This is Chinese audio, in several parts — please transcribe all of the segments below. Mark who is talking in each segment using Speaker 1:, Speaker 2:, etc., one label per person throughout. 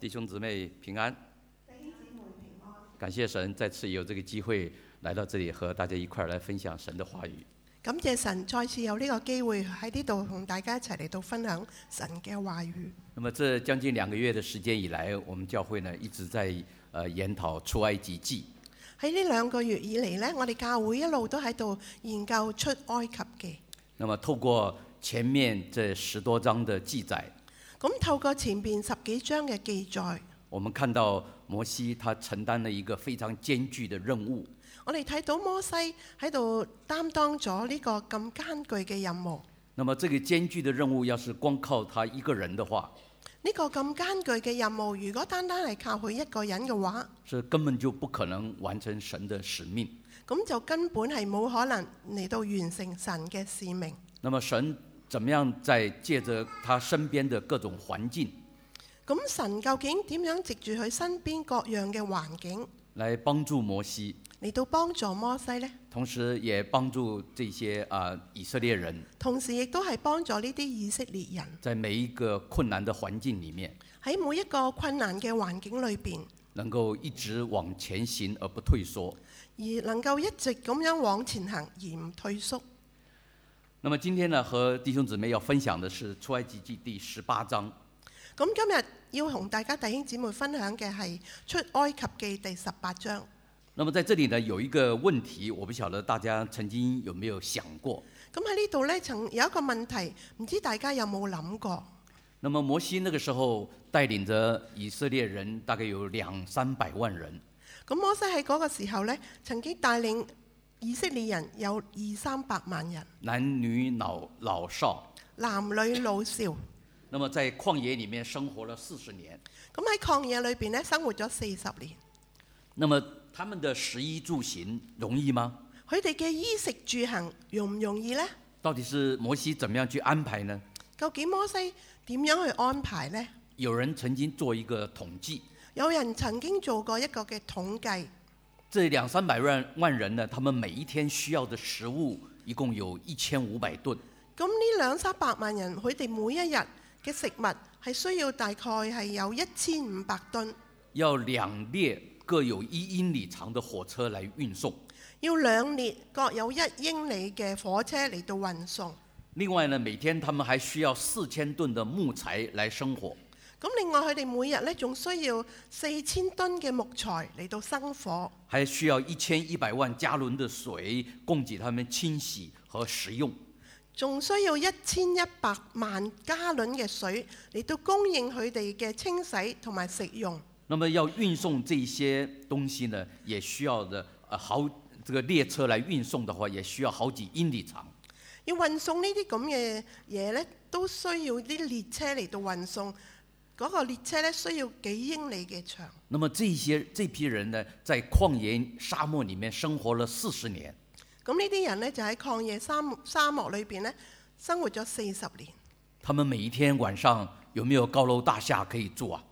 Speaker 1: 弟兄姊妹平安。感谢神再次有这个机会来到这里，和大家一块儿来分享神的话语。
Speaker 2: 感謝神再次有呢個機會喺呢度同大家一齊嚟到分享神嘅話語。
Speaker 1: 那么这将近两个月的时间以来，我们教会呢一直在呃研讨出埃及记。
Speaker 2: 喺呢兩個月以嚟呢，我哋教會一路都喺度研究出埃及嘅。
Speaker 1: 那么透过前面这十多章的记载，
Speaker 2: 咁透過前邊十幾章嘅記載，
Speaker 1: 我们看到摩西他承担了一个非常艰巨的任务，
Speaker 2: 我哋睇到摩西喺度擔當咗呢個咁艱巨嘅任務。
Speaker 1: 那么这个艰巨的任务，要是光靠他一个人的话，
Speaker 2: 呢、個咁艱巨嘅任務，如果單單係靠佢一個人嘅話，
Speaker 1: 是根本就不可能完成神的使命。
Speaker 2: 咁就根本係冇可能嚟到完成神嘅使命。
Speaker 1: 那么神怎么样在借着他身边的各種環境，
Speaker 2: 咁神究竟點樣藉住佢身邊各樣嘅環境
Speaker 1: 来幫助摩西，
Speaker 2: 嚟到幫助摩西呢？
Speaker 1: 同時也幫助这些啊、以色列人，
Speaker 2: 同時亦都係幫助呢啲以色列人
Speaker 1: 在每一個困難的環境里面，
Speaker 2: 喺每一個困難嘅環境裏邊，
Speaker 1: 能夠一直往前行而不退縮。
Speaker 2: 而能夠一直咁樣往前行而唔退縮。
Speaker 1: 那麼今天呢，和弟兄姊妹要分享的是出埃及記第十八章。
Speaker 2: 咁今日要同大家弟兄姊妹分享嘅係出埃及記第十八章。
Speaker 1: 那麼在這裡呢，有一個問題，我不曉得大家曾經有沒有想過。
Speaker 2: 咁喺呢度呢，曾有一個問題，唔知大家有冇諗過？
Speaker 1: 那麼摩西那個時候帶領着以色列人，大概有兩三百萬人。
Speaker 2: 咁摩西喺嗰個時候呢，曾經帶領以色列人有二三百萬人，
Speaker 1: 男女老老少，
Speaker 2: 男女老少。
Speaker 1: 那么在旷野里面生活了四十年。
Speaker 2: 咁喺曠野裏邊呢，生活咗四十年。
Speaker 1: 那么他们的食衣住行容易吗？
Speaker 2: 佢哋嘅衣食住行容唔容易呢？
Speaker 1: 到底是摩西怎么样去安排呢？
Speaker 2: 究竟摩西點樣去安排呢？
Speaker 1: 有人曾经做一个统计，
Speaker 2: 有人曾經做過一個嘅統計，
Speaker 1: 这两三百万万人呢，他们每一天需要的食物一共有一千五百吨。
Speaker 2: 咁呢兩三百萬人，佢哋每一日嘅食物係需要大概係有一千五百噸，
Speaker 1: 要两列各有一英里长的火车来运送。
Speaker 2: 要兩列各有一英里嘅火車嚟到運送。
Speaker 1: 另外呢，每天他们还需要四千吨的木材来生火。
Speaker 2: 咁另外佢哋每日呢仲需要四千噸嘅木材嚟到生火，
Speaker 1: 还需要一千一百万加仑的水供给他们清洗和食用。
Speaker 2: 仲需要一千一百萬加侖嘅水嚟到供應佢哋嘅清洗同埋食用。
Speaker 1: 那么要运送这些东西呢，也需要的呃好这个列车来运送的话，也需要好几英里长。
Speaker 2: 要運送呢啲咁嘅嘢呢，都需要啲列車嚟到運送。嗰、個列車呢，需要幾英里嘅長。
Speaker 1: 那么这些这批人呢，在旷野沙漠里面生活了四十年，
Speaker 2: 咁呢啲人呢，就喺曠野沙漠沙漠裏邊呢，生活咗四十年。
Speaker 1: 他们每一天晚上有没有高楼大厦可以住啊？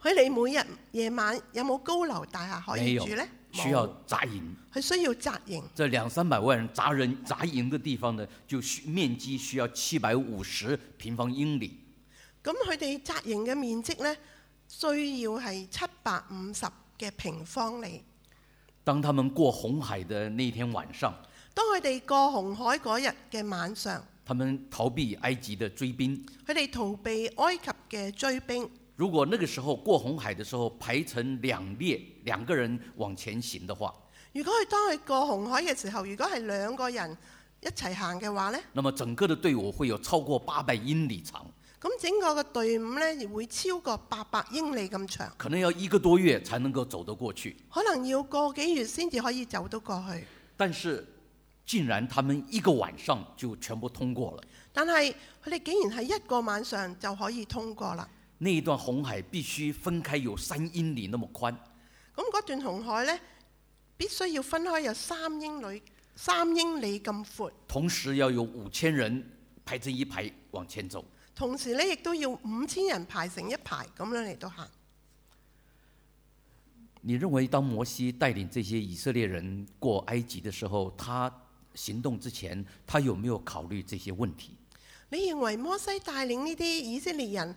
Speaker 2: 佢哋每日夜晚有冇高樓大廈可
Speaker 1: 没
Speaker 2: 以
Speaker 1: 有
Speaker 2: 住呢？，
Speaker 1: 需要
Speaker 2: 冇
Speaker 1: 扎营。
Speaker 2: 佢需要紮營。
Speaker 1: 这两三百万人扎人扎营的地方呢，就需面积需要七百五十平方英里。
Speaker 2: 咁佢哋紮營嘅面積呢，需要係七百五十嘅平方里。
Speaker 1: 当他们过红海的那天晚上，
Speaker 2: 當佢哋過紅海嗰日嘅晚上，
Speaker 1: 他们逃避埃及的追兵。
Speaker 2: 佢哋逃避埃及嘅追兵。
Speaker 1: 如果那个时候过红海的时候排成两列，两个人往前行的话，
Speaker 2: 如果佢當佢過紅海嘅時候，如果係兩個人一齊行嘅話呢，
Speaker 1: 那么整个的队伍会有超過八百英里长，
Speaker 2: 咁整個嘅隊伍呢會超過八百英里咁長，
Speaker 1: 可能要一个多月才能够走得过去。
Speaker 2: 可能要個幾月先至可以走到過去。
Speaker 1: 但是，竟然他们一个晚上就全部通过了。
Speaker 2: 但係佢哋竟然係一個晚上就可以通過啦。
Speaker 1: 那一段红海必须分开有三英里那么宽，
Speaker 2: 咁嗰段紅海呢，必須要分開有三英里、三英里咁闊，
Speaker 1: 同时要有五千人排成一排往前走。
Speaker 2: 同時呢亦都要五千人排成一排咁樣嚟到行。
Speaker 1: 你认为，当摩西带领这些以色列人过埃及的时候，他行动之前，他有没有考虑这些问题？
Speaker 2: 你認為摩西帶領呢啲以色列人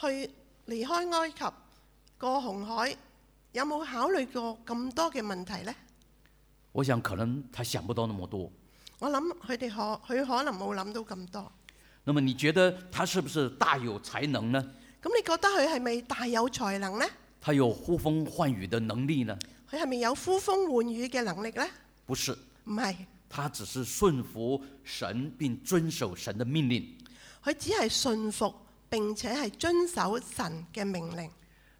Speaker 2: 去離開埃及，過紅海，有冇考慮過咁多嘅問題呢？
Speaker 1: 我想可能他想不到那么多。
Speaker 2: 我諗佢哋可佢可能冇諗到咁多。
Speaker 1: 那么你觉得他是不是大有才能呢？
Speaker 2: 咁你覺得佢係咪大有才能呢？
Speaker 1: 他有呼风唤雨的能力呢？
Speaker 2: 佢係咪有呼風喚雨嘅能力呢？
Speaker 1: 不是，
Speaker 2: 唔係，
Speaker 1: 他只是顺服神并遵守神的命令。
Speaker 2: 佢只係信服並且係遵守神嘅命令。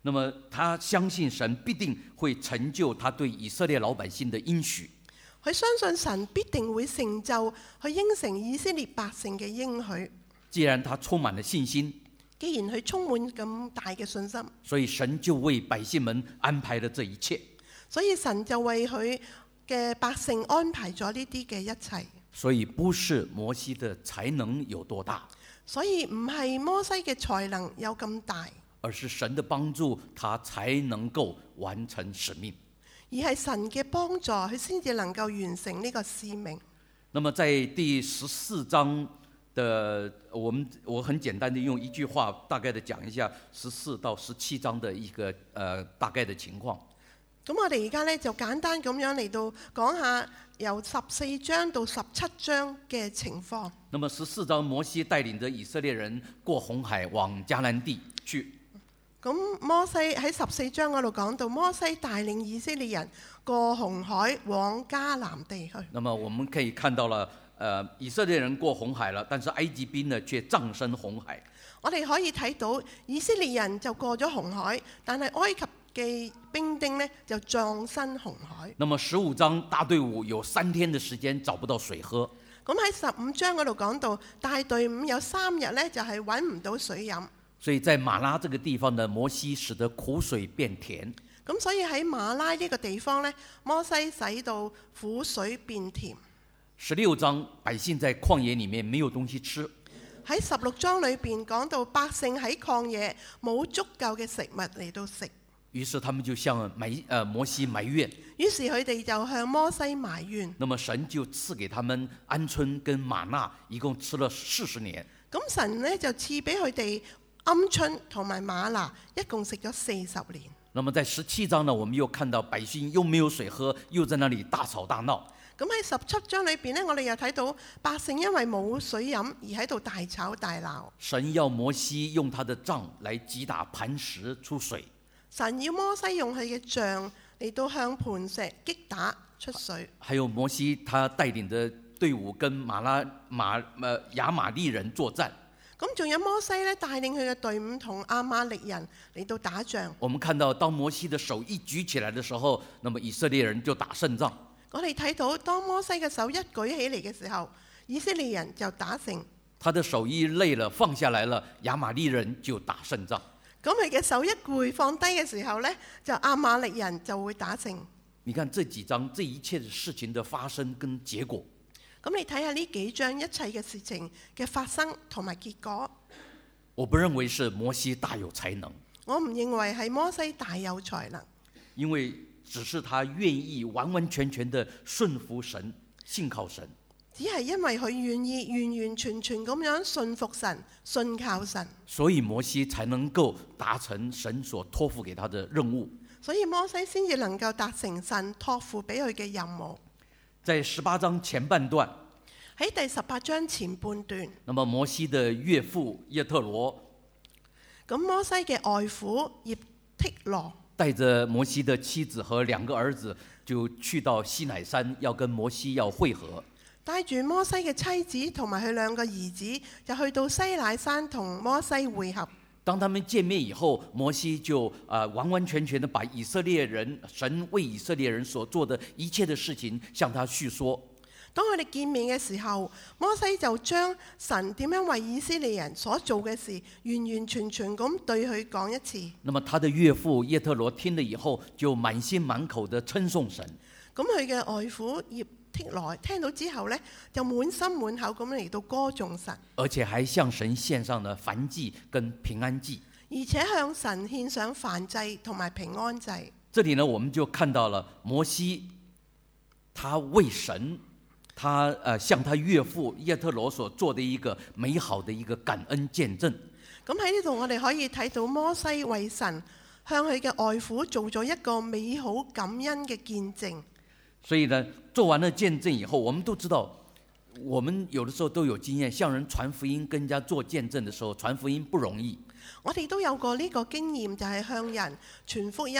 Speaker 1: 那么他相信神必定会成就他对以色列老百姓的应许。
Speaker 2: 佢相信神必定會成就佢應承以色列百姓嘅應許。
Speaker 1: 既然他充满了信心，
Speaker 2: 既然佢充滿咁大嘅信心，
Speaker 1: 所以神就为百姓们安排了这一切。
Speaker 2: 所以神就為佢嘅百姓安排咗呢啲嘅一切。
Speaker 1: 所以不是摩西的才能有多大，
Speaker 2: 所以唔係摩西嘅才能有咁大，
Speaker 1: 而是神的帮助，他才能够完成使命。
Speaker 2: 而係神嘅幫助，佢先至能夠完成呢個使命。
Speaker 1: 那么在第十四章的我们，我很简单的用一句话大概的讲一下十四到十七章的一个呃大概的情况。
Speaker 2: 咁我哋而家呢，就簡單咁樣嚟到講下由十四章到十七章嘅情況。
Speaker 1: 那么十四章，摩西带领着以色列人过红海往迦南地去。
Speaker 2: 咁摩西喺十四章嗰度講到，摩西帶領以色列人過紅海往迦南地去。
Speaker 1: 那么我们可以看到了，呃，以色列人过红海了，但是埃及兵呢却葬身红海。
Speaker 2: 我哋可以睇到以色列人就過咗紅海，但係埃及嘅兵丁呢，就葬身紅海。
Speaker 1: 那么十五章大队伍有三天的时间找不到水喝，
Speaker 2: 咁喺十五章嗰度講到，大隊伍有三日呢，就係揾唔到水飲，
Speaker 1: 所以在马拉这个地方呢，摩西使得苦水变甜。
Speaker 2: 咁所以喺馬拉呢個地方呢，摩西使到苦水變甜。
Speaker 1: 十六章，百姓在旷野里面没有东西吃，
Speaker 2: 喺十六章裏邊講到百姓喺曠野冇足夠嘅食物嚟到食，
Speaker 1: 于是他们就向埋呃摩西埋怨。
Speaker 2: 於是佢哋就向摩西埋怨。
Speaker 1: 那么神就赐给他们鹌鹑跟玛纳，一共吃了四十年。
Speaker 2: 咁神呢，就賜俾佢哋鵪鶉同埋馬拿，一共食咗四十年。
Speaker 1: 那么在十七章呢，我们又看到百姓又没有水喝，又在那里大吵大闹。
Speaker 2: 咁喺十七章裏邊呢，我哋又睇到百姓因為冇水飲而喺度大吵大鬧。
Speaker 1: 神要摩西用他的杖来击打磐石出水，
Speaker 2: 神要摩西用佢嘅杖嚟到向磐石擊打出水，
Speaker 1: 还有摩西他带领的队伍跟马拉马呃亚玛利人作战。
Speaker 2: 咁仲有摩西咧帶領佢嘅隊伍同亞瑪力人嚟到打仗。
Speaker 1: 我们看到，当摩西的手一举起来的时候，那么以色列人就打胜仗。
Speaker 2: 我哋睇到當摩西嘅手一舉起嚟嘅時候，以色列人就打成。
Speaker 1: 他的手一累了，放下来了，亚玛利人就打胜仗。
Speaker 2: 咁佢嘅手一攰放低嘅時候呢，就亞瑪力人就會打成。
Speaker 1: 你看这几章，这一切的事情的发生跟结果，
Speaker 2: 咁你睇下呢幾章一切嘅事情嘅發生同埋結果，
Speaker 1: 我不认为是摩西大有才能，
Speaker 2: 我唔認為係摩西大有才能，
Speaker 1: 因为只是他愿意完完全全的顺服神、信靠神。
Speaker 2: 只係因為佢願意完完全全咁樣信服神、信靠神，
Speaker 1: 所以摩西才能够达成神所托付给他的任务。
Speaker 2: 所以摩西先至能夠達成神托付俾佢嘅任務。
Speaker 1: 在十八章前半段，
Speaker 2: 喺第十八章前半段，
Speaker 1: 那么摩西的岳父叶特罗
Speaker 2: 咁摩西嘅外父葉剔羅
Speaker 1: 带着摩西的妻子和两个儿子，就去到西乃山，要跟摩西要会合。
Speaker 2: 帶住摩西嘅妻子同埋佢兩個兒子，就去到西乃山同摩西會合。
Speaker 1: 当他们见面以后，摩西就呃完完全全的把以色列人神为以色列人所做的一切的事情向他叙说。
Speaker 2: 當佢哋見面嘅時候，摩西就將神點樣為以色列人所做嘅事，完完全全咁對佢講一次。
Speaker 1: 那么他的岳父叶特罗听了以后，就满心满口的称颂神。
Speaker 2: 咁佢嘅外父葉剔來聽到之後呢，就滿心滿口咁嚟到歌頌神，
Speaker 1: 而且还向神献上了燔祭跟平安祭。
Speaker 2: 而且向神獻上燔祭同埋平安祭。
Speaker 1: 这里呢，我们就看到了摩西，他为神，他呃向他岳父叶特罗所做的一个美好的一个感恩见证。
Speaker 2: 咁喺呢度我哋可以睇到摩西為神向佢嘅外父做咗一個美好感恩嘅見證。
Speaker 1: 所以呢，做完了见证以后，我们都知道，我们有的时候都有经验，向人传福音、跟人家做见证的时候，传福音不容易。
Speaker 2: 我哋都有過呢個經驗，就係、向人傳福音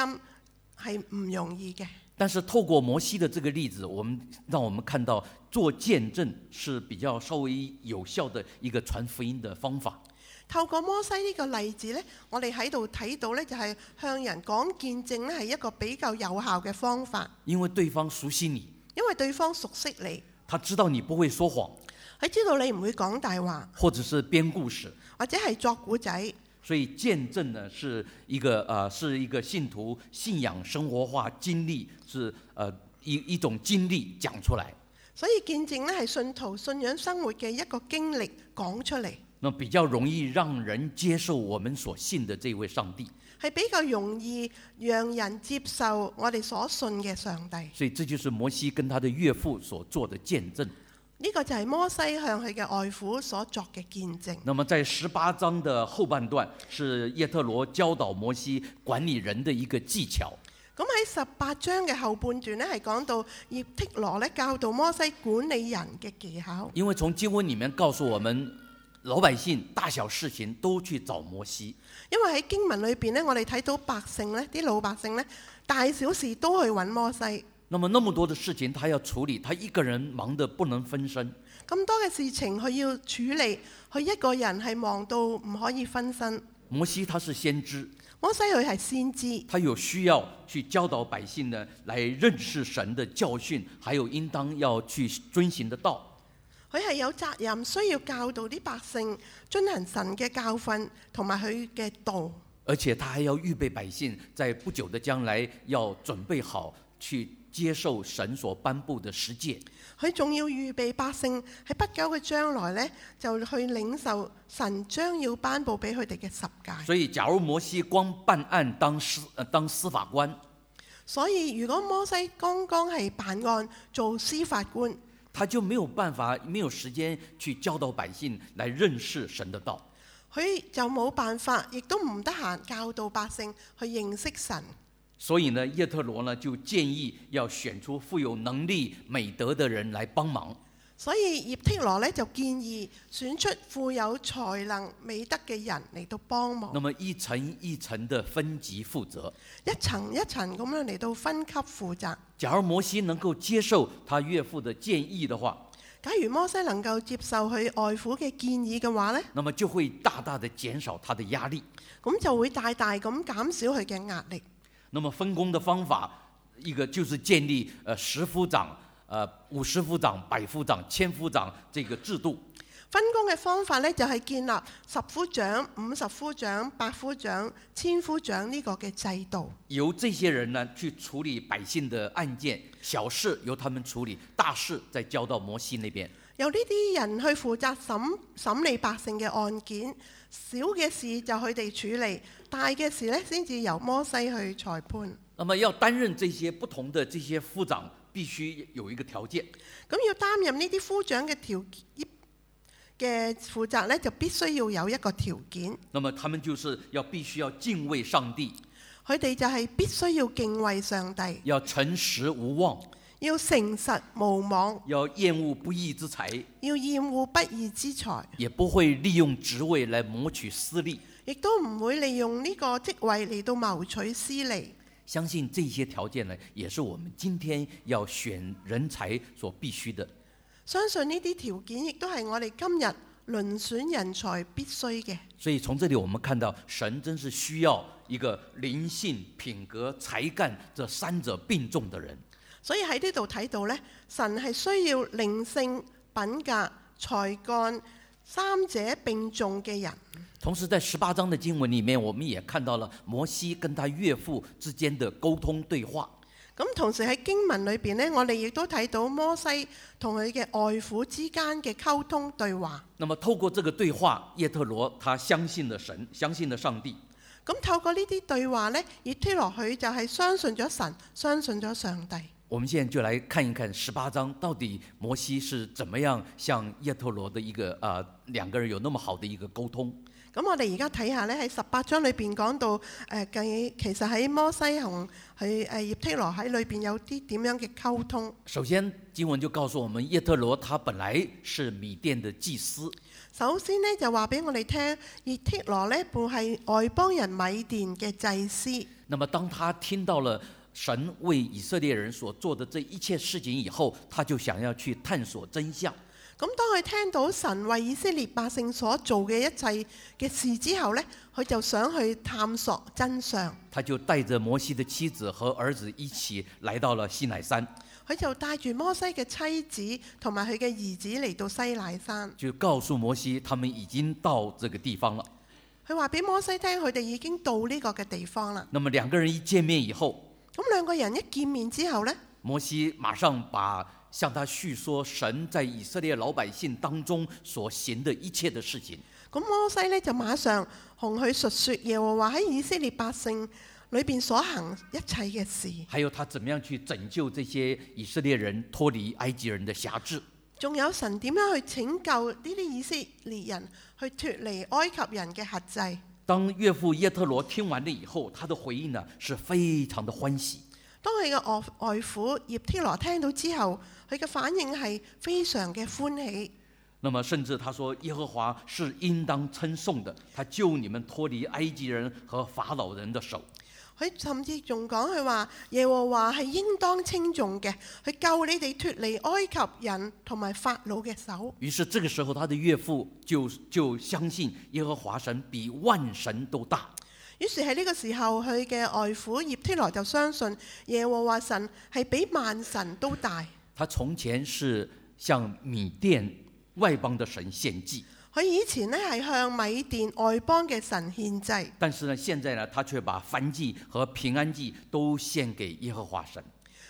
Speaker 2: 係唔容易嘅。
Speaker 1: 但是透过摩西的这个例子，我们让我们看到做见证是比较稍微有效的一个传福音的方法。
Speaker 2: 透過摩西呢個例子呢，我哋喺度睇到呢，就係向人講見證呢係一個比較有效嘅方法，
Speaker 1: 因为对方熟悉你，
Speaker 2: 因為對方熟悉你，
Speaker 1: 他知道你不会说谎，
Speaker 2: 佢知道你唔會講大話，
Speaker 1: 或者是编故事。
Speaker 2: 或者係作古仔。
Speaker 1: 所以见证呢是一个呃是一个信徒信仰生活化经历是呃一一种经历讲出来，
Speaker 2: 所以見證呢係信徒信仰生活嘅一個經歷講出嚟，
Speaker 1: 那比较容易让人接受我们所信的这位上帝。
Speaker 2: 係比較容易讓人接受我哋所信嘅上帝。
Speaker 1: 所以这就是摩西跟他的岳父所做的见证。
Speaker 2: 呢、個就係摩西向佢嘅外父所作嘅見證。
Speaker 1: 那么在十八章的后半段是叶特罗教导摩西管理人的一个技巧。
Speaker 2: 咁喺十八章嘅後半段呢，係講到葉剔羅咧教導摩西管理人嘅技巧。
Speaker 1: 因为从经文里面告诉我们，老百姓大小事情都去找摩西，
Speaker 2: 因為喺經文裏邊呢，我哋睇到百姓呢，啲老百姓呢，大小事都去揾摩西。
Speaker 1: 那么那么多的事情他要处理，他一个人忙得不能分身，
Speaker 2: 咁多嘅事情佢要處理，佢一個人係忙到唔可以分身。
Speaker 1: 摩西他是先知，
Speaker 2: 摩西佢係先知，
Speaker 1: 他有需要去教导百姓呢，来认识神的教训，还有应当要去遵行的道。
Speaker 2: 佢係有責任需要教導啲百姓遵行神嘅教訓同埋佢嘅道，
Speaker 1: 而且他还要预备百姓，在不久的将来要准备好去接受神所颁布的十诫。
Speaker 2: 佢仲要預備百姓喺不久嘅將來呢，就去領受神將要頒布俾佢哋嘅十戒。
Speaker 1: 所以，假如摩西光办案当司、呃、当司法官，
Speaker 2: 所以如果摩西剛剛係辦案做司法官，
Speaker 1: 他就没有办法、没有时间去教导百姓来认识神的道。
Speaker 2: 佢就冇辦法，亦都唔得閒教導百姓去認識神。
Speaker 1: 所以呢，叶特罗呢就建议要选出富有能力、美德的人来帮忙。
Speaker 2: 所以葉剔羅呢，就建議選出富有才能、美德嘅人嚟到幫忙
Speaker 1: 那，么一层一层的分级负责。
Speaker 2: 一層一層咁樣嚟到分級負責。
Speaker 1: 假如摩西能够接受他岳父的建议的话，
Speaker 2: 假如摩西能夠接受佢外父嘅建議嘅話呢
Speaker 1: 那么就会大大的减少他的压力。
Speaker 2: 咁就會大大咁減少佢嘅壓力。
Speaker 1: 那么分工的方法，一个就是建立呃十夫长、呃五十夫长、百夫长、千夫长这个制度。
Speaker 2: 分工嘅方法呢，就係建立十夫長、五十夫長、百夫長、千夫長呢個嘅制度。
Speaker 1: 由这些人呢去处理百姓的案件，小事由他们处理，大事再交到摩西那边。
Speaker 2: 由呢啲人去負責審審理百姓嘅案件，小嘅事就佢哋處理，大嘅事呢先至由摩西去裁判。
Speaker 1: 那么要担任这些不同的这些夫长，必须有一个条件，
Speaker 2: 咁要擔任呢啲夫長嘅條嘅負責呢，就必須要有一個條件，
Speaker 1: 那么他们就是要必须要敬畏上帝，
Speaker 2: 佢哋就係必須要敬畏上帝，
Speaker 1: 要诚实无妄，
Speaker 2: 要誠實無妄，
Speaker 1: 要厌恶不义之财，
Speaker 2: 要厭惡不義之財，
Speaker 1: 也不会利用职位来谋取私利。
Speaker 2: 亦都唔會利用呢個職位嚟到謀取私利。
Speaker 1: 相信这些条件呢，也是我们今天要选人才所必须的。
Speaker 2: 相信呢啲條件亦都係我哋今日輪選人才必須嘅。
Speaker 1: 所以从这里我们看到，神真是需要一个灵性、品格、才干这三者并重的人。
Speaker 2: 所以喺呢度睇到呢，神係需要靈性、品格、才幹三者並重嘅人。
Speaker 1: 同时，在十八章的经文里面，我们也看到了摩西跟他岳父之间的沟通对话。
Speaker 2: 咁同時喺經文裏邊呢，我哋亦都睇到摩西同佢嘅外父之間嘅溝通對話。
Speaker 1: 那么，透过这个对话，叶特罗他相信了神，相信了上帝。
Speaker 2: 咁透過呢啲對話呢，葉推羅佢就係相信咗神，相信咗上帝。
Speaker 1: 我们现在就来看一看十八章到底摩西是怎么样向叶特罗的一个啊、呃两个人有那么好的一个沟通。
Speaker 2: 咁我哋而家睇下咧，喺十八章裏邊講到誒，呃計、其實喺摩西同佢呃誒葉剔羅喺裏邊有啲點樣嘅溝通。
Speaker 1: 首先，经文就告诉我们，叶特罗他本来是米甸的祭司，
Speaker 2: 首先呢，就話俾我哋聽，葉剔羅呢部係外邦人米甸嘅祭司。
Speaker 1: 那么当他听到了神为以色列人所做的这一切事情以后，他就想要去探索真相。
Speaker 2: 咁當佢聽到神為以色列百姓所做嘅一切嘅事之後呢，佢就想去探索真相。
Speaker 1: 他就带着摩西的妻子和儿子一起来到了西乃山，
Speaker 2: 佢就帶住摩西嘅妻子同埋佢嘅兒子嚟到西乃山。
Speaker 1: 就告诉摩西他们已經到这个地方了。
Speaker 2: 佢話俾摩西聽，佢哋已經到呢個嘅地方啦。
Speaker 1: 那么两个人一见面以后，
Speaker 2: 咁兩個人一見面之後呢，
Speaker 1: 摩西马上把向他叙说神在以色列老百姓当中所行的一切的事情。
Speaker 2: 咁摩西呢就馬上同佢述説耶和華喺以色列百姓裏邊所行一切嘅事，
Speaker 1: 还有他怎么样去拯救这些以色列人脱离埃及人的辖制。
Speaker 2: 仲有神點樣去拯救呢啲以色列人去脱離埃及人嘅轄制。
Speaker 1: 当岳父叶特罗听完了以后，他的回应呢是非常的欢喜。
Speaker 2: 當佢嘅外外父葉天羅聽到之後，佢嘅反應係非常嘅歡喜。
Speaker 1: 那么，甚至他说：“耶和华是应当称颂的，他救你们脱离埃及人和法老人的手。
Speaker 2: 佢甚至仲講啊佢話耶和華係應當稱重嘅，佢救你哋脱離埃及人同埋法老嘅手。”
Speaker 1: 于是，这个时候，他的岳父就就相信耶和华神比万神都大。
Speaker 2: 於是喺呢個時候，佢嘅外父葉天羅就相信耶和華神係比萬神都大。
Speaker 1: 他从前是向米甸外邦的神献祭，
Speaker 2: 佢以前呢係向米甸外邦嘅神獻祭，
Speaker 1: 但是呢，现在呢，他却把燔祭和平安祭都献给耶和华神。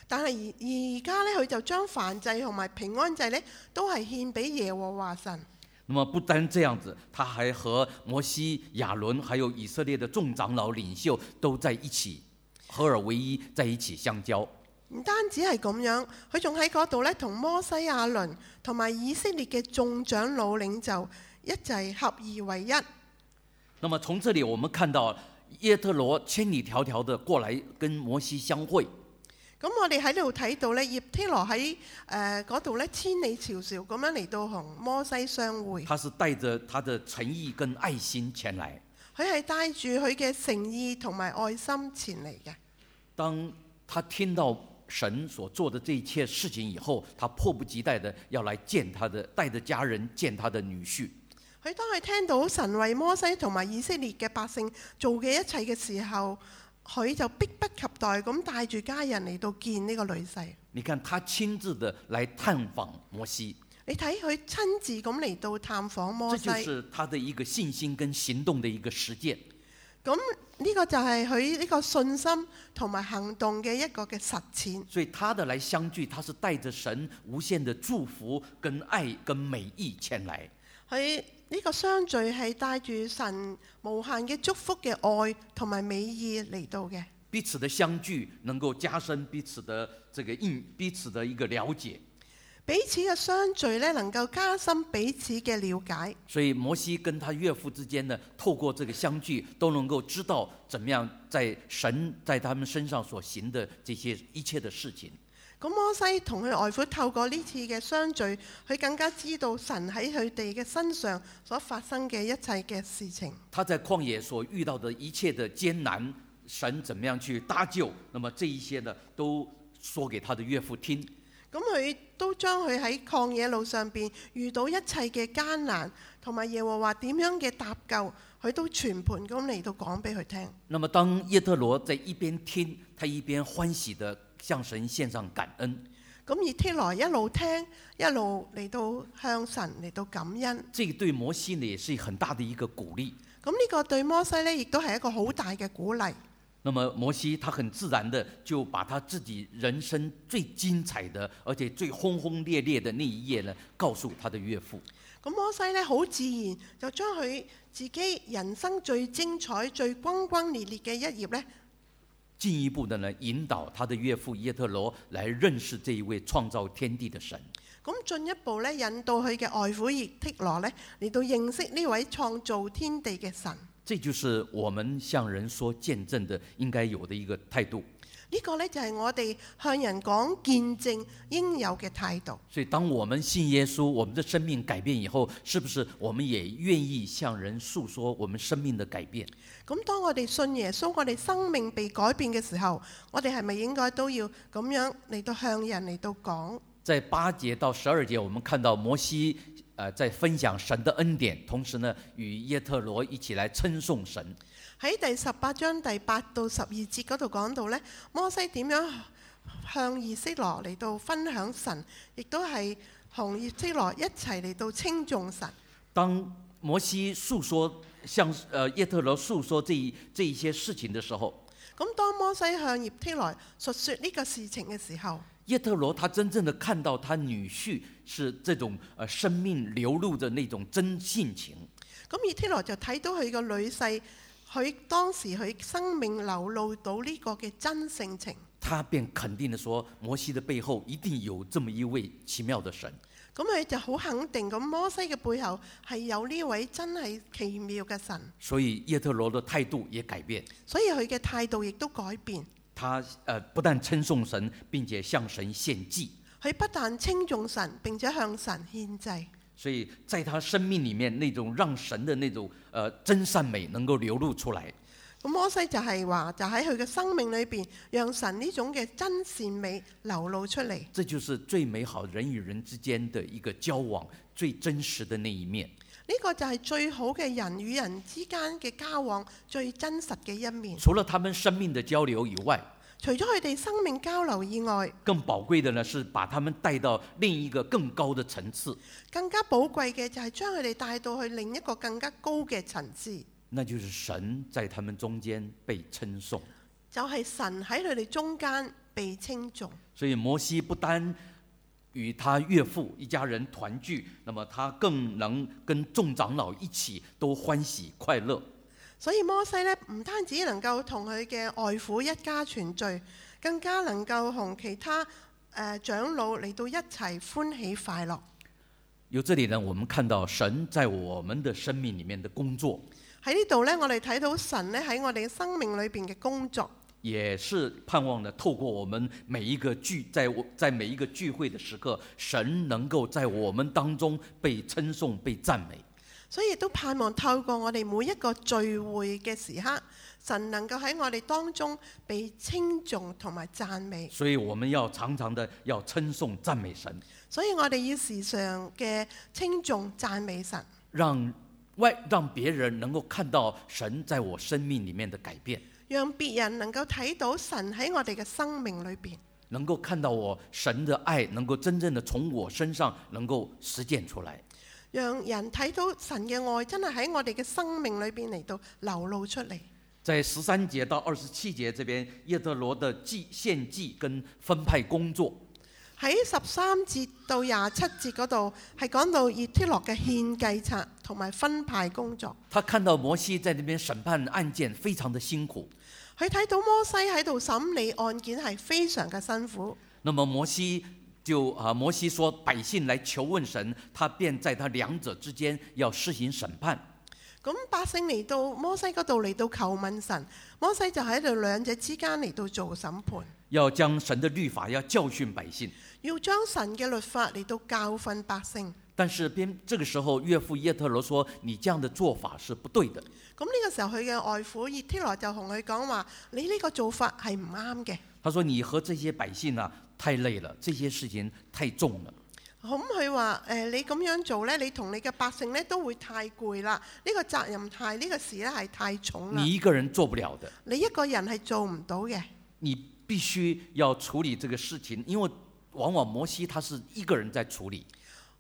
Speaker 2: 但係而而家呢，佢就將燔祭同埋平安祭呢都係獻俾耶和華神。
Speaker 1: 那么不单这样子，他还和摩西、亚伦还有以色列的众长老领袖都在一起，合而为一，在一起相交。
Speaker 2: 唔單止係咁樣，佢仲喺嗰度呢，同摩西亞倫同埋以色列嘅眾長老領袖一齊合二為一。
Speaker 1: 那么从这里我们看到耶特罗千里迢迢的过来跟摩西相会，
Speaker 2: 咁我哋喺呢度睇到呢，葉天羅喺誒嗰度呢，千里迢迢咁樣嚟到同摩西相會。
Speaker 1: 他是带着他的诚意跟爱心前来。
Speaker 2: 佢係帶住佢嘅誠意同埋愛心前嚟嘅。
Speaker 1: 当他听到神所做的这一切事情以后，他迫不及待的要来见他的，带着家人见他的女婿。
Speaker 2: 佢當佢聽到神為摩西同埋以色列嘅百姓做嘅一切嘅時候，佢就迫不及待咁帶住家人嚟到見呢個女婿。
Speaker 1: 你看他亲自的来探访摩西，
Speaker 2: 你睇佢親自咁嚟到探訪摩
Speaker 1: 这
Speaker 2: 西，
Speaker 1: 就
Speaker 2: 咁
Speaker 1: 是他的一个信心跟行动的一个实践。
Speaker 2: 呢個就係佢呢個信心同埋行動嘅一個嘅實踐。
Speaker 1: 所以他的来相聚，他是带着神无限的祝福、跟爱、跟美意前来。
Speaker 2: 佢呢個相聚係帶住神無限嘅祝福嘅愛同埋美意嚟到嘅。
Speaker 1: 彼此的相聚能够加深彼此的这个印，彼此的一个了解。
Speaker 2: 彼此嘅相聚咧，能夠加深彼此嘅了解。
Speaker 1: 所以摩西跟他岳父之间呢，透过这个相聚，都能够知道怎么样在神在他们身上所行的这些一切的事情。
Speaker 2: 咁摩西同佢外父透過呢次嘅相聚，佢更加知道神喺佢哋嘅身上所發生嘅一切嘅事情。
Speaker 1: 他在旷野所遇到的一切的艰难，神怎么样去搭救？那么这一些呢，都说给他的岳父听。
Speaker 2: 咁佢都將佢喺曠野路上邊遇到一切嘅艱難，同埋耶和華點樣嘅搭救，佢都全盤咁嚟到講俾佢聽。
Speaker 1: 那么当叶特罗在一边听，他一边欢喜的向神献上感恩。
Speaker 2: 咁而天來一路聽，一路嚟到向神嚟到感恩。
Speaker 1: 这对摩西呢，也是很大的一个鼓励。
Speaker 2: 咁呢個對摩西呢，亦都係一個好大嘅鼓勵。
Speaker 1: 那么摩西他很自然的就把他自己人生最精彩的，而且最轰轰烈烈的那一页呢，告诉他的岳父。
Speaker 2: 咁摩西呢，好自然就將佢自己人生最精彩、最轟轟烈烈嘅一頁呢，
Speaker 1: 进一步的呢引导他的岳父耶特罗来认识这一位创造天地的神。
Speaker 2: 咁進一步咧，引導佢嘅外父葉剔羅咧嚟到認識呢位創造天地嘅神。
Speaker 1: 这就是我们向人说见证的应该有的一个态度。
Speaker 2: 呢、個呢，就係我哋向人講見證應有嘅態度。
Speaker 1: 所以，当我们信耶稣，我们的生命改变以后，是不是我们也愿意向人诉说我们生命的改变？
Speaker 2: 咁當我哋信耶穌，我哋生命被改變嘅時候，我哋係咪應該都要咁樣嚟到向人嚟到講？
Speaker 1: 在八节到十二节，我们看到摩西呃在分享神的恩典，同时呢与耶特罗一起来称颂神。
Speaker 2: 喺第十八章第八到十二節嗰度講到呢，摩西點樣向以色羅嚟到分享神，亦都係同以色羅一齊嚟到稱頌神。
Speaker 1: 当摩西诉说向呃耶特罗诉说这一这一些事情的时候，
Speaker 2: 咁當摩西向葉天來述說呢個事情嘅時候，
Speaker 1: 耶特罗他真正的看到他女婿是这种呃生命流露的那种真性情。
Speaker 2: 咁葉天來就睇到佢個女婿，佢當時佢生命流露到呢個嘅真性情。
Speaker 1: 他便肯定地说，摩西的背后一定有这么一位奇妙的神。
Speaker 2: 咁佢就好肯定，咁摩西嘅背後係有呢位真係奇妙嘅神，
Speaker 1: 所以叶特罗的态度也改变，
Speaker 2: 所以佢嘅態度亦都改變。
Speaker 1: 他呃不但称颂神，并且向神献祭。
Speaker 2: 佢不但稱重神，並且向神獻祭。
Speaker 1: 所以在他生命里面，那种让神的那种呃真善美能够流露出来。
Speaker 2: 咁摩西就係話，就喺佢嘅生命裏邊，讓神呢種嘅真善美流露出嚟。
Speaker 1: 这就是最美好人与人之间的一个交往，最真实的那一面。
Speaker 2: 呢個就係最好嘅人與人之間嘅交往最真實嘅一面。
Speaker 1: 除了他们生命的交流以外，
Speaker 2: 除咗佢哋生命交流以外，
Speaker 1: 更宝贵的呢是把他们带到另一个更高的层次，
Speaker 2: 更加寶貴嘅就係將佢哋帶到去另一個更加高嘅層次，
Speaker 1: 那就是神在他们中间被称颂。
Speaker 2: 就係、神喺佢哋中間被稱重。
Speaker 1: 所以摩西不单与他岳父一家人团聚，那么他更能跟众长老一起都欢喜快乐。
Speaker 2: 所以摩西呢，唔單止能夠同佢嘅外父一家團聚，更加能夠同其他誒、呃、長老嚟到一齊歡喜快樂。
Speaker 1: 由这里呢，我们看到神在我们的生命里面的工作，
Speaker 2: 喺呢度呢，我哋睇到神呢喺我哋嘅生命裏邊嘅工作。
Speaker 1: 也是盼望呢，透过我们每一个聚，在我在每一个聚会的时刻，神能够在我们当中被称颂、被赞美。
Speaker 2: 所以都盼望透過我哋每一個聚會嘅時刻，神能夠喺我哋當中被稱頌同埋讚美。
Speaker 1: 所以我们要常常的要称颂、赞美神，
Speaker 2: 所以我哋要時常嘅稱頌讚美神，
Speaker 1: 让外让别人能够看到神在我生命里面的改变，
Speaker 2: 讓別人能夠睇到神喺我哋嘅生命裏邊，
Speaker 1: 能够看到我神的爱能够真正的从我身上能够实践出来。
Speaker 2: 讓人睇到神嘅愛真係喺我哋嘅生命裏邊嚟到流露出嚟。
Speaker 1: 在十三节到二十七节这边，叶特罗的祭献祭跟分派工作，
Speaker 2: 喺十三節到廿七節嗰度係講到葉天樂嘅獻計策同埋分派工作。
Speaker 1: 他看到摩西在那边审判案件，非常的辛苦。
Speaker 2: 佢睇到摩西喺度審理案件係非常嘅辛苦，
Speaker 1: 那么摩西就啊，摩西说百姓来求问神，他便在他两者之间要施行审判。
Speaker 2: 咁百姓嚟到摩西嗰度嚟到求問神，摩西就喺度兩者之間嚟到做審判，
Speaker 1: 要将神的律法要教训百姓，
Speaker 2: 要將神嘅律法嚟到教訓百姓。
Speaker 1: 但是边这个时候，岳父叶特罗说：“你这样的做法是不对的。
Speaker 2: 咁呢個時候，佢嘅外父葉天來就同佢講話：你呢個做法係唔啱嘅。”
Speaker 1: 他说：“你和这些百姓啊，太累了，这些事情太重了。”
Speaker 2: 咁佢話：誒、你咁樣做呢，你同你嘅百姓呢都會太攰啦。呢、個責任太呢、個事呢係太重啦
Speaker 1: 你。一个人做不了的，
Speaker 2: 你一個人係做唔到嘅。
Speaker 1: 你必须要处理这个事情，因为往往摩西他是一个人在处理，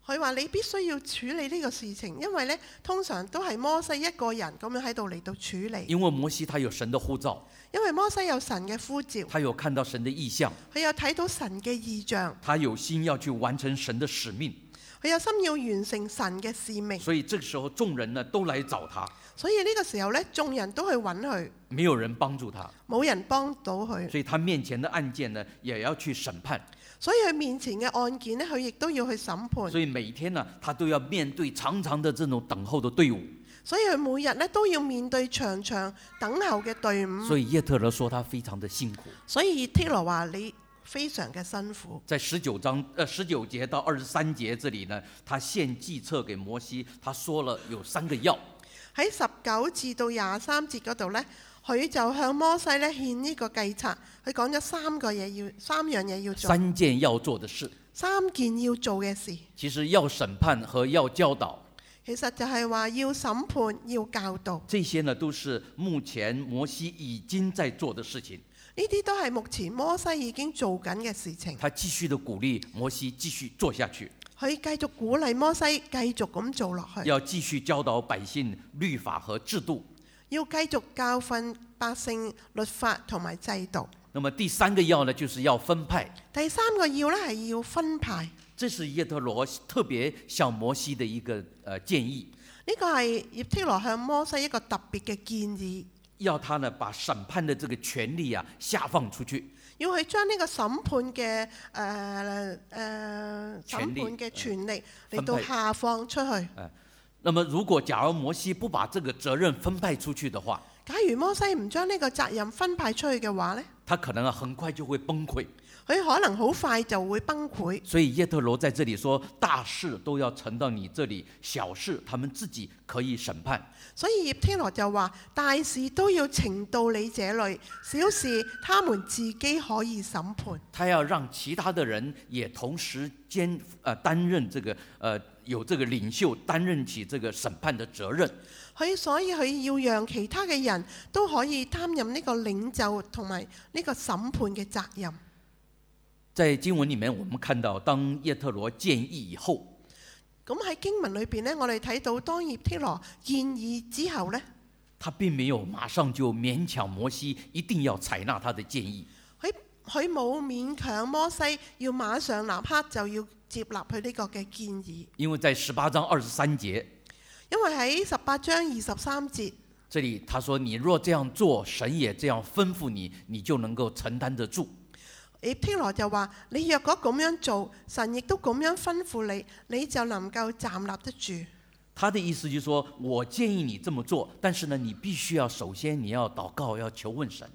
Speaker 2: 佢話：你必須要處理呢個事情，因為呢通常都係摩西一個人咁樣喺度嚟到處理，
Speaker 1: 因为摩西他有神的呼召，
Speaker 2: 因為摩西有神嘅呼召，
Speaker 1: 他有看到神的意象，
Speaker 2: 佢有睇到神嘅異象，
Speaker 1: 他有心要去完成神的使命，
Speaker 2: 佢有心要完成神嘅使命，
Speaker 1: 所以这个时候众人呢都来找他，
Speaker 2: 所以呢個時候呢，眾人都去揾佢，
Speaker 1: 没有人帮助他，
Speaker 2: 冇人幫到佢，
Speaker 1: 所以他面前的案件呢也要去审判，
Speaker 2: 所以佢面前嘅案件呢，佢亦都要去審判，
Speaker 1: 所以每一天呢他都要面对长长的这种等候的队伍。
Speaker 2: 所以佢每日呢，都要面對長長等候嘅隊伍。
Speaker 1: 所以叶特勒说他非常的辛苦，
Speaker 2: 所以帖羅話你非常嘅辛苦。
Speaker 1: 在十九章呃十九节到二十三节这里呢，他献计策给摩西，他说了有三个要。
Speaker 2: 喺十九至到廿三節嗰度呢，佢就向摩西呢獻呢個計策，佢講咗三個嘢要三樣嘢要做，
Speaker 1: 三件要做的事，
Speaker 2: 三件要做嘅事。
Speaker 1: 其实要审判和要教导，
Speaker 2: 其實就係話要審判，要教導，
Speaker 1: 这些呢都是目前摩西已经在做的事情。
Speaker 2: 呢啲都係目前摩西已經做緊嘅事情。
Speaker 1: 他继续的鼓励摩西继续做下去，
Speaker 2: 佢繼續鼓勵摩西繼續咁做落去，
Speaker 1: 要继续教导百姓律法和制度。
Speaker 2: 要繼續教訓百姓律法同埋制度。
Speaker 1: 那么第三个要呢，就是要分派，
Speaker 2: 第三個要呢係要分派，呢、
Speaker 1: 这是叶特罗特别向摩西的一个呃建议，
Speaker 2: 個係葉帖羅向摩西一個特別嘅建議。
Speaker 1: 要他呢把审判的这个权利啊下放出去，
Speaker 2: 要佢將呢個審判嘅誒誒審
Speaker 1: 權力
Speaker 2: 判嘅權力
Speaker 1: 嗯
Speaker 2: 嚟到
Speaker 1: 分配
Speaker 2: 下放出去。
Speaker 1: 那么，如果假如摩西不把这个责任分派出去的话，
Speaker 2: 假如摩西唔將呢個責任分派出去嘅話呢，
Speaker 1: 他可能啊很快就会崩溃。
Speaker 2: 佢可能好快就會崩潰。
Speaker 1: 所以叶特罗在这里说，大事都要呈到你这里，小事他们自己可以审判。
Speaker 2: 所以葉天羅就話：大事都要呈到你這裏，小事他們自己可以審判。
Speaker 1: 他要让其他的人也同时兼呃担任这个呃有这个领袖担任起这个审判的责任。
Speaker 2: 佢所以佢要讓其他嘅人都可以擔任呢個領袖同埋呢個審判嘅責任。
Speaker 1: 在经文里面，我们看到，当叶特罗建议以后，
Speaker 2: 咁喺經文裏邊呢，我哋睇到當葉天羅建議之後呢。
Speaker 1: 他并没有马上就勉强摩西一定要采纳他的建议，
Speaker 2: 佢佢冇勉強摩西，要馬上立刻就要接納佢呢個嘅建議，
Speaker 1: 因为在十八章二十三节
Speaker 2: 因為喺十八章二十三節，
Speaker 1: 这里他说：“你若这样做，神也这样吩咐你，你就能够承担得住。
Speaker 2: 葉天羅就話：你若果咁樣做，神亦都咁樣吩咐你，你就能夠站立得住。”
Speaker 1: 他的意思就是说，我建议你这么做，但是呢，你必须要首先你要祷告，要求问神。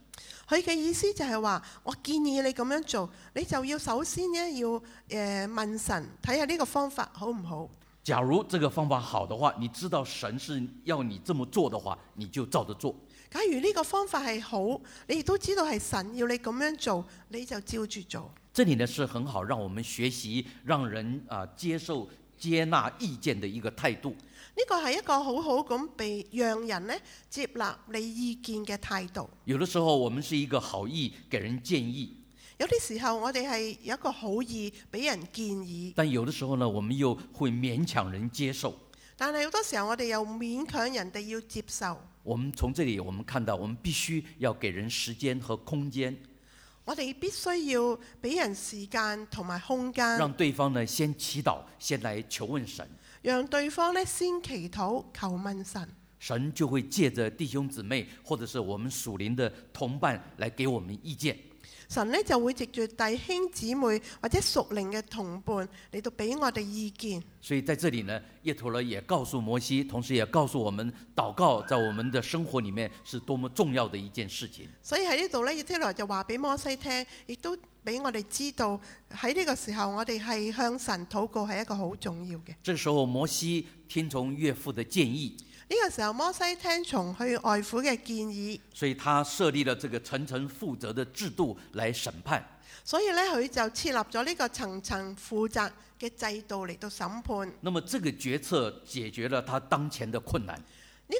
Speaker 2: 佢嘅意思就係話：我建議你咁樣做，你就要首先呢，要誒、呃、問神，睇下呢個方法好唔好。
Speaker 1: 假如这个方法好的话，你知道神是要你这么做的话，你就照着做。
Speaker 2: 假如呢個方法係好，你亦都知道係神要你咁樣做，你就照住做。
Speaker 1: 这里呢是很好让我们学习，让人啊、接受、接纳意见的一个态度。
Speaker 2: 呢個係一個好好咁被讓人咧接納你意見嘅態度。
Speaker 1: 有的时候我们是一个好意给人建议，
Speaker 2: 有啲時候我哋係有一個好意俾人建議，
Speaker 1: 但有的时候呢，我们又会勉强人接受。
Speaker 2: 但係好多時候我哋又勉強人哋要接受。
Speaker 1: 我们从这里我们看到，我们必须要给人时间和空间，
Speaker 2: 我哋必須要俾人時間同埋空間，
Speaker 1: 让对方呢先祈祷，先来求问神，
Speaker 2: 讓對方咧先祈禱求問神，
Speaker 1: 神就会借着弟兄姊妹或者是我们属灵的同伴来给我们意见。
Speaker 2: 神咧就會藉住弟兄姊妹或者屬靈嘅同伴嚟到俾我哋意見。
Speaker 1: 所以在这里呢，叶陀罗也告诉摩西，同时也告诉我们，祷告在我们的生活里面是多么重要的一件事情。
Speaker 2: 所以喺呢度呢，以色列就話俾摩西聽，亦都俾我哋知道喺呢個時候，我哋係向神禱告係一個好重要嘅。呢、
Speaker 1: 这时候，摩西听从岳父的建议，
Speaker 2: 個時候，摩西聽從佢外父嘅建議，
Speaker 1: 所以他设立了这个层层负责的制度来审判。
Speaker 2: 所以呢，佢就設立咗呢個層層負責嘅制度嚟到審判。呢、
Speaker 1: 那么这个决策解决了他当前的困难，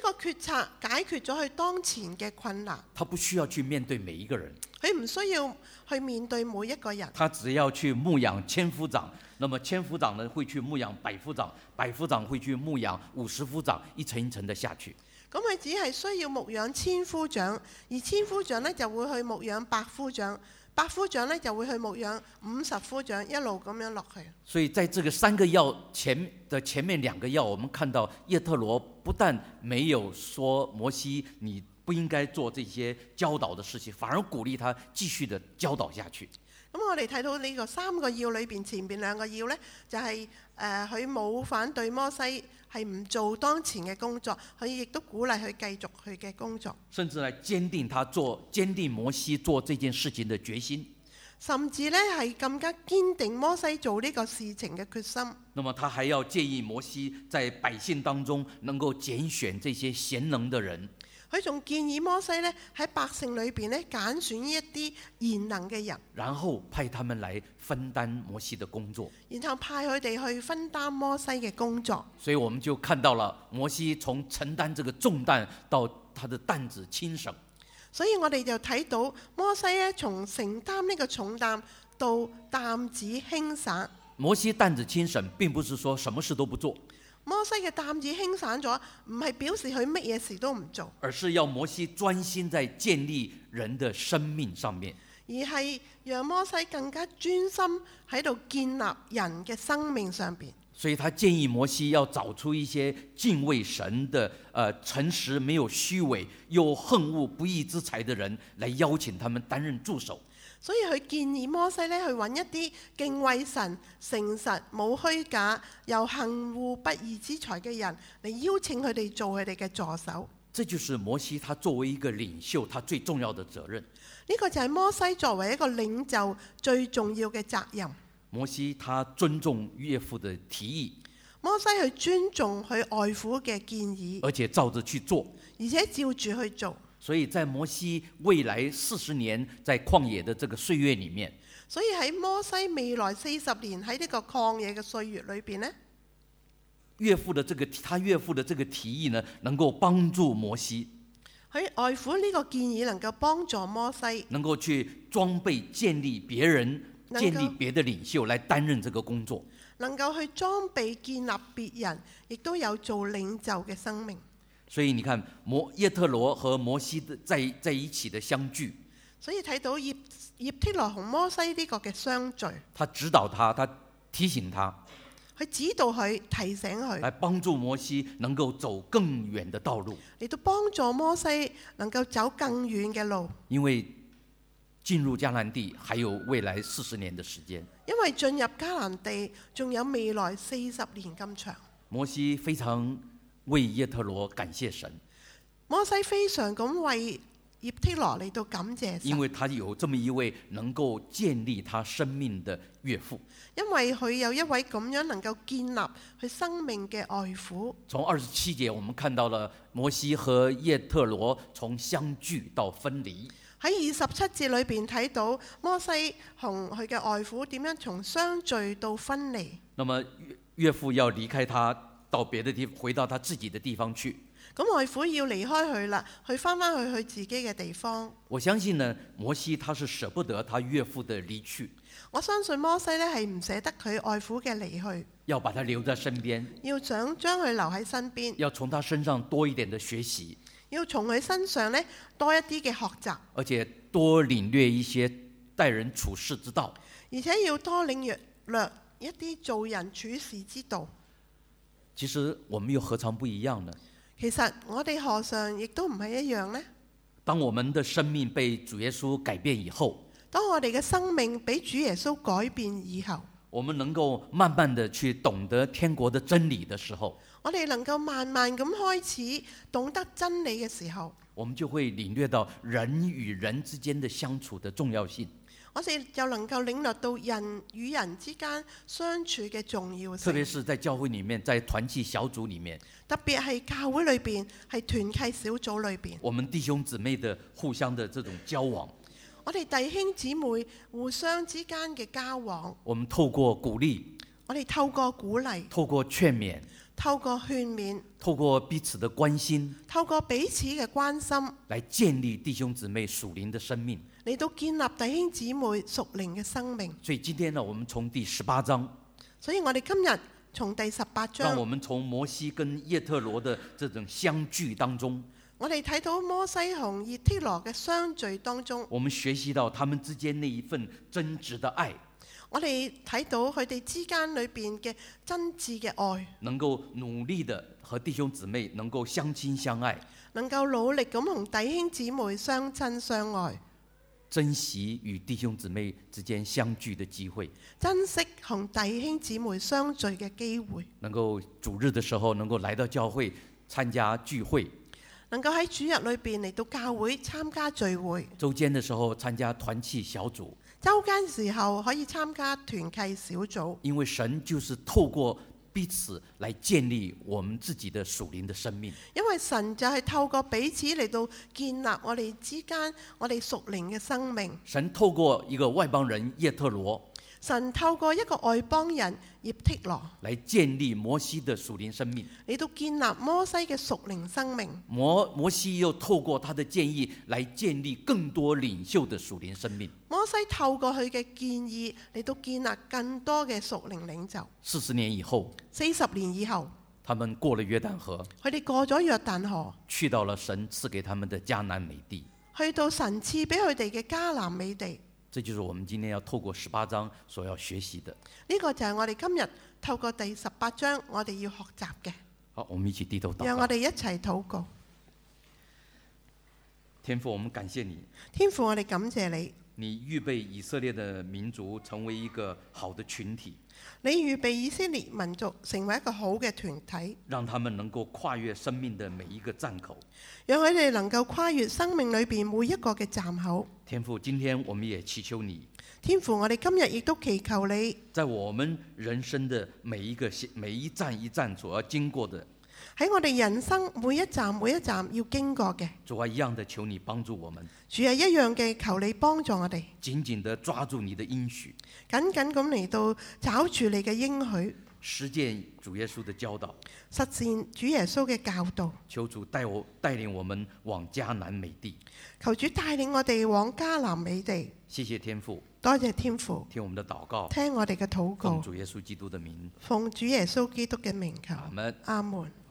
Speaker 2: 個決策解決咗佢當前嘅困難，
Speaker 1: 他不需要去面对每一个人，
Speaker 2: 佢唔需要去面對每一個人，
Speaker 1: 他只要去牧养千夫长，那么千夫长呢会去牧养百夫长，百夫长会去牧养五十夫长，一层一层的下去。
Speaker 2: 咁佢只係需要牧養千夫長，而千夫長呢就會去牧養百夫長，百夫長呢就會去牧養五十夫長，一路咁樣落去。
Speaker 1: 所以在这个三个要前的前面两个要，我们看到叶特罗不但没有说摩西你不应该做这些教导的事情，反而鼓励他继续的教导下去。
Speaker 2: 咁我哋睇到呢個三個要裏邊，前邊兩個要呢，就係誒佢冇反對摩西係唔做當前嘅工作，佢亦都鼓勵佢繼續佢嘅工作，
Speaker 1: 甚至来坚定他做坚定摩西做这件事情的决心。
Speaker 2: 甚至呢係更加堅定摩西做呢個事情嘅決心。
Speaker 1: 那么他还要建议摩西在百姓当中能够拣选这些贤能的人，
Speaker 2: 佢仲建議摩西呢喺百姓裏邊呢揀選呢一啲賢能嘅人，
Speaker 1: 然后派他们来分担摩西的工作。
Speaker 2: 然後派佢哋去分擔摩西嘅工作。
Speaker 1: 所以我们就看到了摩西从承担这个重担到他的担子轻省，
Speaker 2: 所以我哋就睇到摩西呢從承擔呢個重擔到擔子輕省。
Speaker 1: 摩西担子轻省，并不是说什么事都不做，
Speaker 2: 摩西嘅擔子輕省咗，唔係表示佢乜嘢事都唔做，
Speaker 1: 而是要摩西专心在建立人的生命上面。
Speaker 2: 而係讓摩西更加專心喺度建立人嘅生命上邊。
Speaker 1: 所以他建议摩西要找出一些敬畏神的、呃诚实、没有虚伪又恨恶不义之财的人，来邀请他们担任助手。
Speaker 2: 所以佢建議摩西呢去揾一啲敬畏神、誠實、冇虛假、又恨惡不義之財嘅人嚟邀請佢哋做佢哋嘅助手。
Speaker 1: 这就是摩西他作为一个领袖，他最重要的责任。
Speaker 2: 呢、個就係摩西作為一個領袖最重要嘅責任。
Speaker 1: 摩西他尊重岳父的提议，
Speaker 2: 摩西去尊重佢外父嘅建議，
Speaker 1: 而且照着去做。
Speaker 2: 而且照住去做。
Speaker 1: 所以在摩西未来四十年在旷野的这个岁月里面，
Speaker 2: 所以喺摩西未來四十年喺呢個曠野嘅歲月裏邊呢，
Speaker 1: 岳父的这个他岳父的这个提议呢，能够帮助摩西，
Speaker 2: 佢外父呢個建議能夠幫助摩西
Speaker 1: 能够去装备建立别人、
Speaker 2: 能
Speaker 1: 建立
Speaker 2: 够
Speaker 1: 别的领袖来担任这个工作。
Speaker 2: 能夠去裝備建立別人，亦都有做領袖嘅生命。
Speaker 1: 所以你看，摩叶特罗和摩西的在在一起的相聚，
Speaker 2: 所以睇到葉葉剔羅同摩西呢個嘅相聚，
Speaker 1: 他指导他，他提醒他，
Speaker 2: 佢指導佢提醒佢，
Speaker 1: 来帮助摩西能够走更远的道路。
Speaker 2: 嚟到幫助摩西能夠走更遠嘅路，
Speaker 1: 因为进入迦南地还有未来四十年的时间，
Speaker 2: 因為進入迦南地仲有未來四十年咁長。
Speaker 1: 摩西非常为耶特罗感谢神，
Speaker 2: 摩西非常咁為葉剔羅嚟到感謝神
Speaker 1: 因。为他有这么一位能够建立他生命的岳父。
Speaker 2: 因為佢有一位咁樣能夠建立佢生命嘅外父。
Speaker 1: 从二十七节，我们看到了摩西和叶特罗从相聚到分离。
Speaker 2: 喺二十七節裏邊睇到摩西同佢嘅外父點樣從相聚到分離。
Speaker 1: 那么岳岳父要离开他，到别的地，回到他自己的地方去。
Speaker 2: 咁外父要離開佢啦，佢翻返去佢自己嘅地方。
Speaker 1: 我相信呢，摩西他是舍不得他岳父的离去，
Speaker 2: 我相信摩西呢係唔捨得佢外父嘅離去，
Speaker 1: 要把他留在身边，
Speaker 2: 要想將佢留喺身邊，
Speaker 1: 要从他身上多一点的学习，
Speaker 2: 要從佢身上呢多一啲嘅學習，
Speaker 1: 而且多领略一些待人处事之道。
Speaker 2: 而且要多領略略一啲做人處事之道。
Speaker 1: 其实我们又何尝不一样呢？
Speaker 2: 其實我哋何嘗亦都唔係一樣呢？
Speaker 1: 当我们的生命被主耶稣改变以后，
Speaker 2: 當我哋嘅生命俾主耶穌改變以後，
Speaker 1: 我们能够慢慢的去懂得天国的真理的时候，
Speaker 2: 我哋能夠慢慢咁開始懂得真理嘅時候，
Speaker 1: 我们就会领略到人与人之间的相处的重要性，
Speaker 2: 我哋就能夠領略到人與人之間相處嘅重要
Speaker 1: 特
Speaker 2: 性
Speaker 1: 别。是在教会里面，在团契小组里面，
Speaker 2: 特別係教會裏邊，係團契小組裏邊，
Speaker 1: 我们弟兄姊妹的互相的这种交往，
Speaker 2: 我哋弟兄姊妹互相之間嘅交往，
Speaker 1: 我们透过鼓励，
Speaker 2: 我哋透過鼓勵，
Speaker 1: 透过劝勉，
Speaker 2: 透過勸勉，
Speaker 1: 透过彼此的关心，
Speaker 2: 透過彼此嘅關心，
Speaker 1: 来建立弟兄姊妹属灵的生命。
Speaker 2: 嚟到建立弟兄姊妹屬靈嘅生命。
Speaker 1: 所以今天呢，我们从第十八章，
Speaker 2: 所以我哋今日從第十八
Speaker 1: 让
Speaker 2: 章
Speaker 1: 我。们从摩西跟叶特罗的这种相聚当中，
Speaker 2: 我哋睇到摩西同葉帖羅嘅相聚當中，
Speaker 1: 我们学习到他们之间那一份真挚的爱，
Speaker 2: 我哋睇到佢哋之間裏邊嘅真摯嘅愛，
Speaker 1: 能够努力的和弟兄姊妹能够相亲相爱，
Speaker 2: 能夠努力咁同弟兄姊妹相親相愛，
Speaker 1: 珍惜与弟兄姊妹之间相聚的机会，
Speaker 2: 珍惜同弟兄姊妹相聚嘅機會，
Speaker 1: 能够主日的时候能够来到教会参加聚会，
Speaker 2: 能夠喺主日裏邊嚟到教會參加聚會，
Speaker 1: 周间的时候参加团契小组，
Speaker 2: 周間時候可以參加團契小組，
Speaker 1: 因为神就是透过彼此来建立我们自己的属灵的生命。
Speaker 2: 因為神就係透過彼此嚟到建立我哋之間我哋屬靈嘅生命。
Speaker 1: 神透过一个外邦人叶特罗
Speaker 2: 神透過一個外邦人葉剔羅
Speaker 1: 来建立摩西的属灵生命，
Speaker 2: 嚟到建立摩西嘅屬靈生命，
Speaker 1: 摩摩西又透过他的建议来建立更多领袖的属灵生命。
Speaker 2: 摩西透過佢嘅建議嚟到建立更多嘅屬靈領袖。
Speaker 1: 四十年以后，
Speaker 2: 四十年以後，
Speaker 1: 他们过了约旦河，
Speaker 2: 佢哋過咗約旦河，
Speaker 1: 去到了神赐给他们的迦南美地。
Speaker 2: 去到神賜俾佢哋嘅迦南美地。
Speaker 1: 这就是我们今天要透过十八章所要学习的。
Speaker 2: 呢、個就係我哋今日透過第十八章我哋要學習嘅。
Speaker 1: 好，我们一起低头祷
Speaker 2: 讓我
Speaker 1: 告。
Speaker 2: 哋一齊禱告，
Speaker 1: 天父，我们感谢你，
Speaker 2: 天父，我哋感謝你，
Speaker 1: 你预备以色列的民族成为一个好的群体，
Speaker 2: 你預備以色列民族成為一個好嘅團體，
Speaker 1: 让他们能够跨越生命的每一个站口。
Speaker 2: 讓佢哋能夠跨越生命裏邊每一個嘅站口。
Speaker 1: 天父，今天我们也祈求你，
Speaker 2: 天父，我哋今日亦都祈求你
Speaker 1: 在我们人生的每一个每一站一站所要经过的，
Speaker 2: 喺我哋人生每一站每一站要經過嘅，
Speaker 1: 主啊，一样的求你帮助我们，
Speaker 2: 主係一樣嘅，求你幫助我哋，
Speaker 1: 紧紧地抓住你的应许，
Speaker 2: 緊緊咁嚟到找住你嘅應許，
Speaker 1: 实践主耶稣的教导。
Speaker 2: 實踐主耶穌嘅教導。
Speaker 1: 求主带我带领我们往迦南美地。
Speaker 2: 求主帶領我哋往迦南美地。
Speaker 1: 谢谢天父，
Speaker 2: 多謝天父，
Speaker 1: 听我们的祷告，
Speaker 2: 聽我哋嘅禱
Speaker 1: 奉
Speaker 2: 告，
Speaker 1: 主耶稣基督的名，
Speaker 2: 奉主耶穌基督嘅名求，
Speaker 1: 阿门。
Speaker 2: 阿門。